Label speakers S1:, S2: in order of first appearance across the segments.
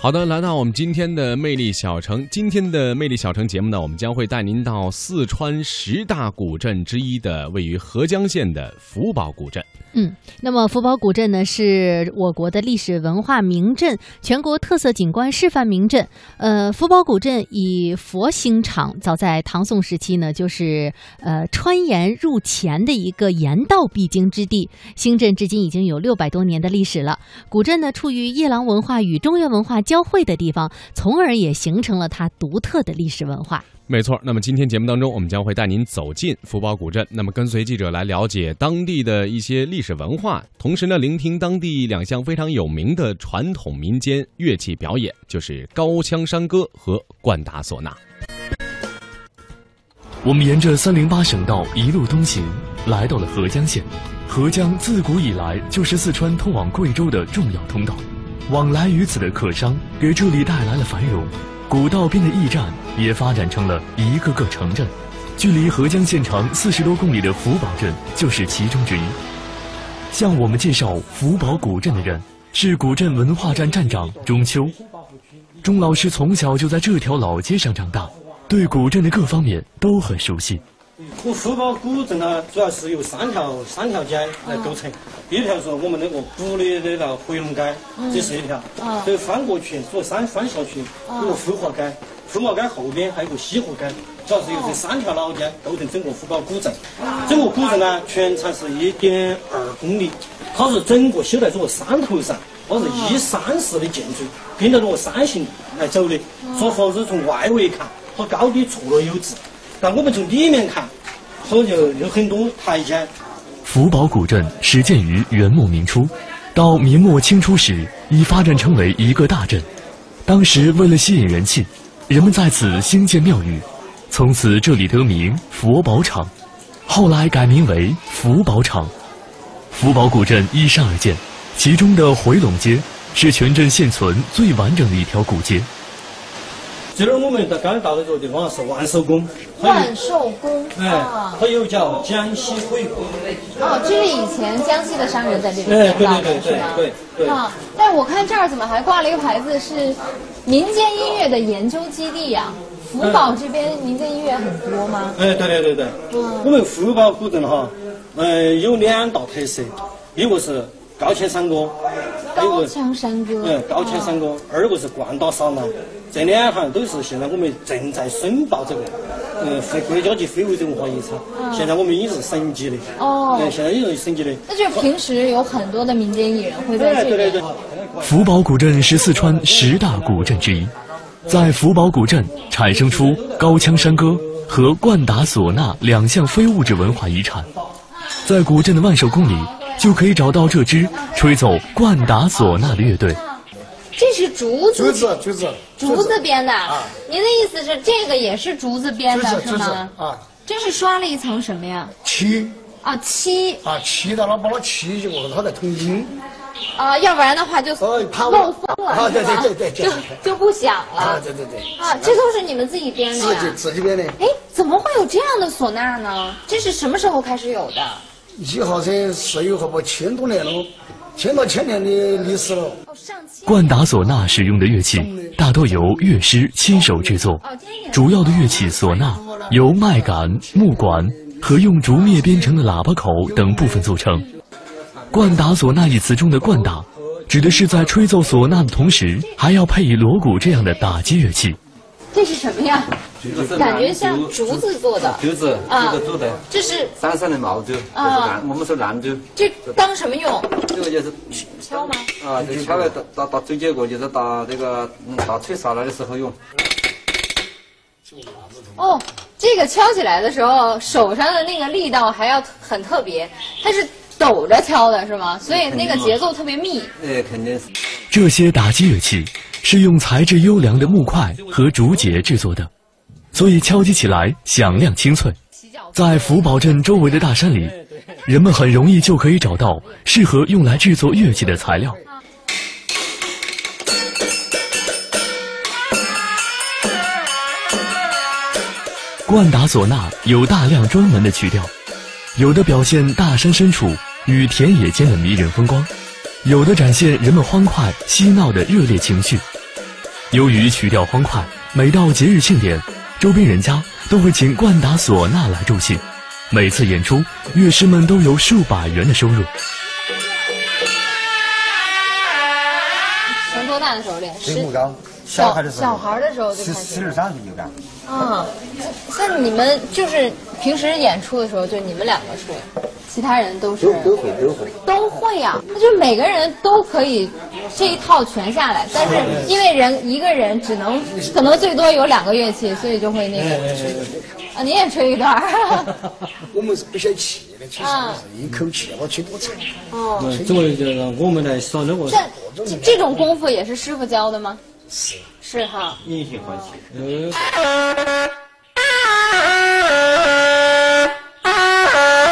S1: 好的，来到我们今天的魅力小城。今天的魅力小城节目呢，我们将会带您到四川十大古镇之一的位于合江县的福宝古镇。
S2: 嗯，那么福宝古镇呢，是我国的历史文化名镇，全国特色景观示范名镇。呃，福宝古镇以佛兴场，早在唐宋时期呢，就是呃川盐入黔的一个盐道必经之地。兴镇至今已经有六百多年的历史了。古镇呢，处于夜郎文化与中原文化交汇的地方，从而也形成了它独特的历史文化。
S1: 没错，那么今天节目当中，我们将会带您走进福宝古镇，那么跟随记者来了解当地的一些历史文化，同时呢，聆听当地两项非常有名的传统民间乐器表演，就是高腔山歌和冠达唢呐。
S3: 我们沿着三零八省道一路东行，来到了合江县。合江自古以来就是四川通往贵州的重要通道，往来于此的客商给这里带来了繁荣。古道边的驿站也发展成了一个个城镇，距离合江县城四十多公里的福宝镇就是其中之一。向我们介绍福宝古镇的人是古镇文化站站长钟秋。钟老师从小就在这条老街上长大，对古镇的各方面都很熟悉。
S4: 古福宝古镇呢，主要是由三条三条街来构成。第一条是我们那个古的那条回龙街，这是一条。这个翻过去，左三翻下去，有个复河街，复河街后边还有个西湖街，主要是由这三条老街构成整个福宝古镇。整个古镇呢，全长是一点二公里，它是整个修在这个山头上。它是依山式的建筑，跟着那个山形来走的。所以房子从外围看，它高低错落有致。那我们从里面看，它就有很多台阶。
S3: 福宝古镇始建于元末明初，到明末清初时已发展成为一个大镇。当时为了吸引人气，人们在此兴建庙宇，从此这里得名佛宝场，后来改名为福宝场。福宝古镇依山而建，其中的回龙街是全镇现存最完整的一条古街。
S4: 这儿我们到刚才到的这个地方是万寿宫，它有
S5: 万寿宫
S4: 哎
S5: 啊，，
S4: 它又叫江西会馆。
S5: 哦，这是以前江西的商人在这里
S4: 哎，
S5: 建
S4: 对
S5: 造
S4: 对
S5: 的，
S4: 对
S5: 是
S4: 对
S5: 吗？
S4: 对对。
S5: 啊，但是我看这儿怎么还挂了一个牌子是民间音乐的研究基地呀、福
S4: 嗯
S5: 宝这边民间音乐很多吗？
S4: 哎，对对对对，
S5: 嗯
S4: 我们福宝古镇哈，呃，有两大特色，一个是高腔山歌，还有
S5: 高
S4: 个
S5: 腔山歌，
S4: 哎
S5: 啊
S4: 嗯高腔山歌，二个是冠打唢呐，这两行都是现在我们正在申报这个，嗯，非国家级非物质文化遗产，现在我们已经是省级的，
S5: 嗯哦
S4: 嗯，现在已经是省级的，
S5: 那就是平时有很多的民间艺人会在
S4: 哎，
S5: 这
S4: 对
S5: 边。
S4: 对对。
S3: 福宝古镇是四川十大古镇之一，在福宝古镇产生出高腔山歌和冠达唢呐两项非物质文化遗产。在古镇的万寿宫里，就可以找到这支吹奏冠达唢呐的乐队。
S5: 这是竹
S6: 竹
S5: 子
S6: 子，竹子，
S5: 竹子啊编的。您的意思是这个也是竹子编
S6: 竹子
S5: 的，，是
S6: 竹子
S5: 吗？
S6: 啊，
S5: 这是刷了一层什么呀？
S6: 漆
S5: 啊，漆
S6: 啊，漆到了把它漆就它的同音，
S5: 啊，要不然的话就
S6: 哦怕我
S5: 漏风了，
S6: 啊
S5: 是吧
S6: 对对对对
S5: 就
S6: 对
S5: 就不响了。
S6: 啊，对对对，
S5: 啊，这都是你们自己编的
S6: 自
S5: 呀
S6: 己？自己编的，
S5: 哎，怎么会有这样的唢呐呢？这是什么时候开始有的？
S6: 一号这是有好不千多年了，千到千年的历史了。
S5: 哦，上期
S3: 冠达唢呐使用的乐器大多由乐师亲手制作，主要的乐器唢呐由麦秆、木管和用竹篾编成的喇叭口等部分组成。冠达唢呐一词中的冠达，指的是在吹奏唢呐的同时，还要配以锣鼓这样的打击乐器。
S5: 这是什么呀？
S6: 嗯
S5: 感觉像竹子做的。
S7: 竹子，
S5: 啊
S7: 竹子做的，
S5: 这是
S7: 山上的毛竹，这是
S5: 啊
S7: 兰，我们说兰竹，
S5: 这当什么用？
S7: 这个就是
S5: 敲吗？
S7: 啊，这敲来打打打竹节鼓，就是打这个嗯打吹唢呐的时候用。
S5: 哦，这个敲起来的时候，手上的那个力道还要很特别，它是抖着敲的是吗？所以那
S6: 嗯
S5: 个节奏特别密。
S7: 呃，肯定是
S3: 这些打击乐器是用材质优良的木块和竹节制作的，所以敲击起来响亮清脆。在福宝镇周围的大山里，人们很容易就可以找到适合用来制作乐器的材料。冠达唢呐有大量专门的曲调，有的表现大山深处与田野间的迷人风光，有的展现人们欢快嬉闹的热烈情绪，由于曲调欢快，每到节日庆典，周边人家都会请冠达唢呐来助兴。每次演出，乐师们都有数百元的收入。
S5: 从多大的时候练？
S8: 水
S5: 十
S6: 嗯
S8: 母高，小孩的时候，
S5: 哦小孩的时候就
S8: 十
S5: 开
S8: 十
S5: 始
S8: 二。三岁就干。
S5: 啊，那你们就是平时演出的时候，就你们两个吹，其他人都是
S7: 都都会都会。
S5: 都会呀、那就每个人都可以这一套全下来。但是因为人一个人只能可能最多有两个乐器，所以就会那个啊，你也吹一段儿。
S6: 我们是不想气的，其实
S5: 啊
S6: 是一口气我吹多长。
S5: 哦，
S4: 嗯，这个就让我们来说那个
S5: 这这这种功夫也是师傅教的吗？是是哈，
S7: 音性关系。
S9: 嗯
S4: 呃，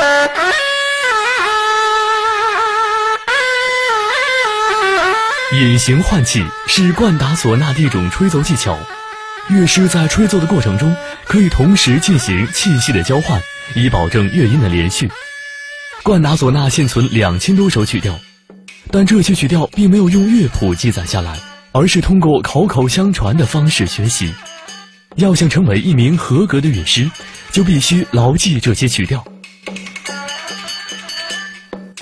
S3: 隐形换气是冠达唢呐的一种吹奏技巧，乐师在吹奏的过程中可以同时进行气息的交换，以保证乐音的连续。冠达唢呐现存两千多首曲调，但这些曲调并没有用乐谱记载下来，而是通过口口相传的方式学习。要想成为一名合格的乐师，就必须牢记这些曲调。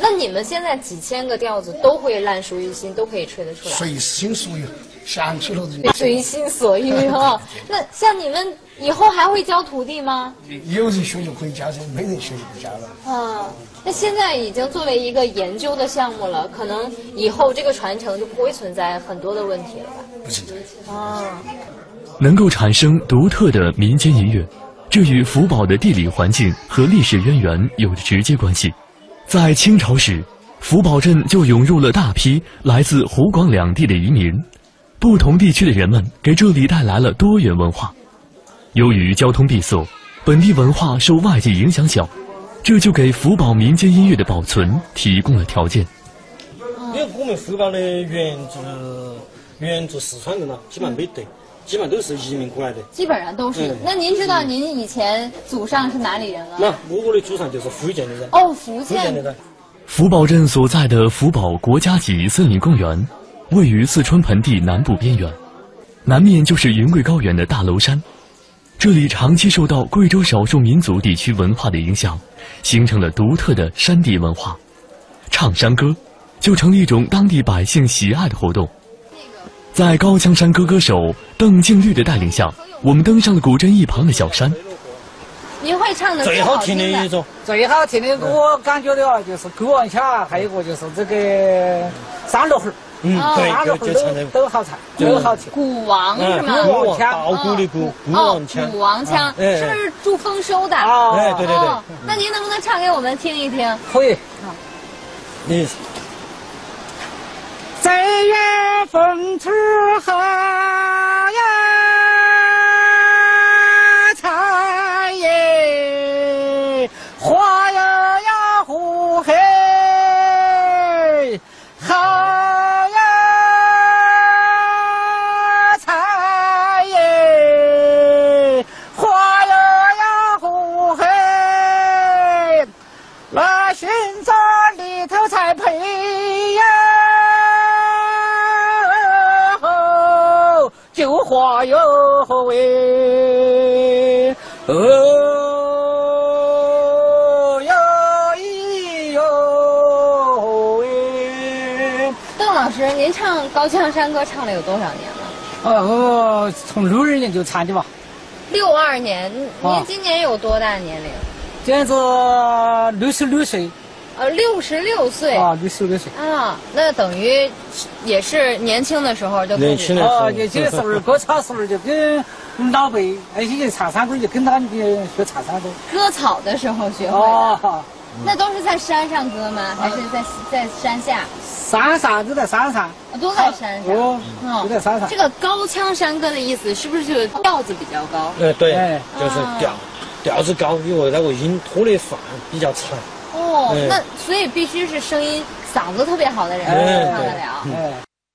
S5: 那你们现在几千个调子都会烂熟于心，都可以吹得出来。
S6: 随心所欲，想吹了
S5: 对
S6: 就
S5: 随心所欲哈。那像你们以后还会教徒弟吗？
S6: 有人学就可以教，没人学就不教了。
S5: 啊，那现在已经作为一个研究的项目了，可能以后这个传承就不会存在很多的问题了吧？
S6: 不存在。
S5: 啊，
S3: 能够产生独特的民间音乐，这与福宝的地理环境和历史渊源有着直接关系。在清朝时，福宝镇就涌入了大批来自湖广两地的移民，不同地区的人们给这里带来了多元文化。由于交通闭塞，本地文化受外界影响小，这就给福宝民间音乐的保存提供了条件。
S4: 因为我们福宝的原住原住四川人呐，基本上没得，基本上都是移民过来的。
S5: 基本上都是
S4: 嗯。
S5: 那您知道您以前祖上是哪里人吗？
S4: 那我的祖上就是福建的人，
S5: 哦，福
S4: 福建的
S5: 建。
S4: 人，
S3: 福宝镇所在的福宝国家级森林公园，位于四川盆地南部边缘，南面就是云贵高原的大娄山。这里长期受到贵州少数民族地区文化的影响，形成了独特的山地文化，唱山歌就成了一种当地百姓喜爱的活动。在高腔山歌歌手邓静律的带领下，我们登上了古镇一旁的小山。
S5: 您会唱的
S4: 最
S5: 好
S4: 好听的一
S5: 的。
S4: 种，嗯
S9: 最好听的歌，感觉的啊，就是《狗王卡》，还有一个就是这个三落猴，
S4: 嗯，
S5: 哦
S9: 三落
S4: 对，
S9: 猴
S4: 就就唱那
S9: 都
S4: 个，
S9: 都好唱，都好听。
S5: 鼓王是
S4: 嗯，
S5: 吗？
S4: 鼓
S9: 王
S4: 王
S9: 腔
S4: 稻谷的鼓，鼓
S5: 哦
S4: 王，腔
S5: 鼓，王腔
S4: 啊哎
S5: 是不是祝丰收的？
S9: 哦
S4: 哎，对对
S5: 哦
S4: 对，，
S5: 那您能不能唱给我们听一听？
S9: 可以。
S5: 嗯
S4: 你
S9: 正月风吹好呀，菜耶，花呀呀呼嘿，好呀，菜耶，
S6: 哎
S9: 花呀呀呼嘿。那寻找里头才配呀，就花哟喂，哦哟咿哟喂，
S5: 邓老师，您唱《高腔山歌》唱了有多少年了？
S9: 哦，从六二年就唱的吧，
S5: 六二年，
S9: 啊
S5: 您今年有多大年龄？
S9: 今年是六十六岁
S5: 呃，六十六岁
S9: 啊，六十六岁。
S5: 啊，那等于也是年轻的时候就开始
S4: 年轻的
S9: 哦，年轻的时候歌唱时候就跟老辈，哎而且唱山歌就跟他们学唱山歌。
S5: 割草的时候学会的。
S9: 哦，
S5: 那都是在山上割
S4: 啊
S5: 吗？还是在在山下？
S9: 山上都在山上，
S5: 都在山上。
S9: 哦，
S5: 嗯
S4: 啊
S9: 都在山上
S5: 这。个高腔山歌的意思是不是就是调子比较高？
S4: 呃，对
S9: 哎，
S4: 就是调调子高，因为那个音拖的饭比较长，
S5: 哦，
S4: 哎
S5: 那所以必须是声音嗓子特别好的人才
S4: 哎
S5: 唱得了。
S9: 哎。